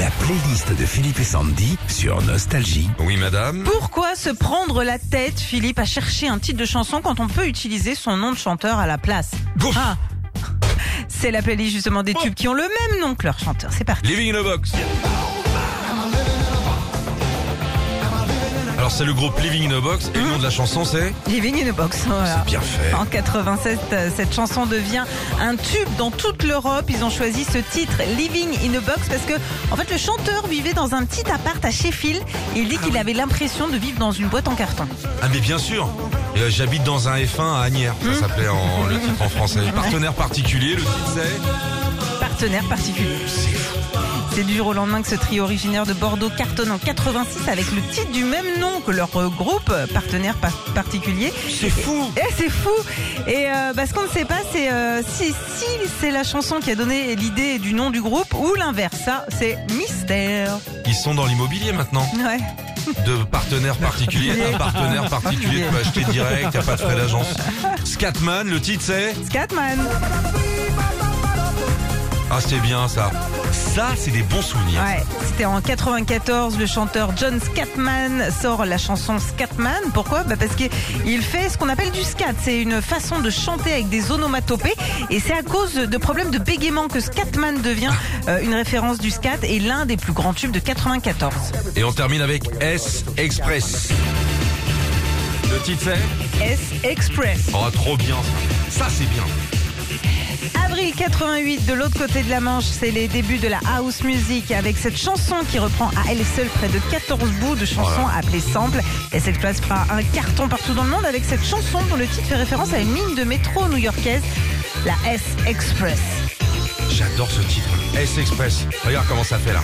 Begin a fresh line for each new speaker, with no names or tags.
La playlist de Philippe et Sandy sur Nostalgie.
Oui, madame.
Pourquoi se prendre la tête, Philippe, à chercher un titre de chanson quand on peut utiliser son nom de chanteur à la place
Ouf.
Ah. C'est la playlist justement
Oh.
des tubes qui ont le même nom que leur chanteur. C'est parti.
Living in a Box. Alors, c'est le groupe Living in a Box et le nom de la chanson, c'est
Living in a Box. voilà.
C'est bien fait.
En 87, euh, cette chanson devient un tube dans toute l'Europe. Ils ont choisi ce titre, Living in a Box, parce que, en fait, le chanteur vivait dans un petit appart à Sheffield. Il dit qu'il avait l'impression de vivre dans une boîte en carton.
Ah, mais bien sûr. Euh, J'habite dans un F1 à Agnières. Ça s'appelait en, le titre en français. Partenaire particulier, le titre c'est.
Partenaire particulier.
C'est fou.
C'est du jour au lendemain que ce trio originaire de Bordeaux cartonne en 86 avec le titre du même nom que leur euh, groupe, euh, partenaire par- particulier.
C'est fou.
Eh, c'est fou Et euh, bah, ce qu'on ne sait pas, c'est euh, si, si c'est la chanson qui a donné l'idée du nom du groupe ou l'inverse. Ça, c'est mystère.
Ils sont dans l'immobilier maintenant.
Ouais.
De partenaire particulier à partenaire particulier. Tu vas acheter direct, y a pas de frais d'agence. Scatman, le titre c'est.
Scatman
Ah, c'est bien ça. Ça, c'est des bons souvenirs.
Ouais, c'était en 94, le chanteur John Scatman sort la chanson Scatman. Pourquoi bah Parce qu'il fait ce qu'on appelle du scat. C'est une façon de chanter avec des onomatopées. Et c'est à cause de problèmes de bégaiement que Scatman devient euh, une référence du scat et l'un des plus grands tubes de 94.
Et on termine avec S Express. Le titre c'est
S-Express.
Oh trop bien ça. Ça c'est bien.
Avril 88, de l'autre côté de la Manche, c'est les débuts de la house music avec cette chanson qui reprend à elle seule près de 14 bouts de chansons
Voilà.
appelées samples. Et cette place fera un carton partout dans le monde avec cette chanson dont le titre fait référence à une ligne de métro new-yorkaise, la S-Express.
J'adore ce titre. S Express. Regarde comment ça fait là.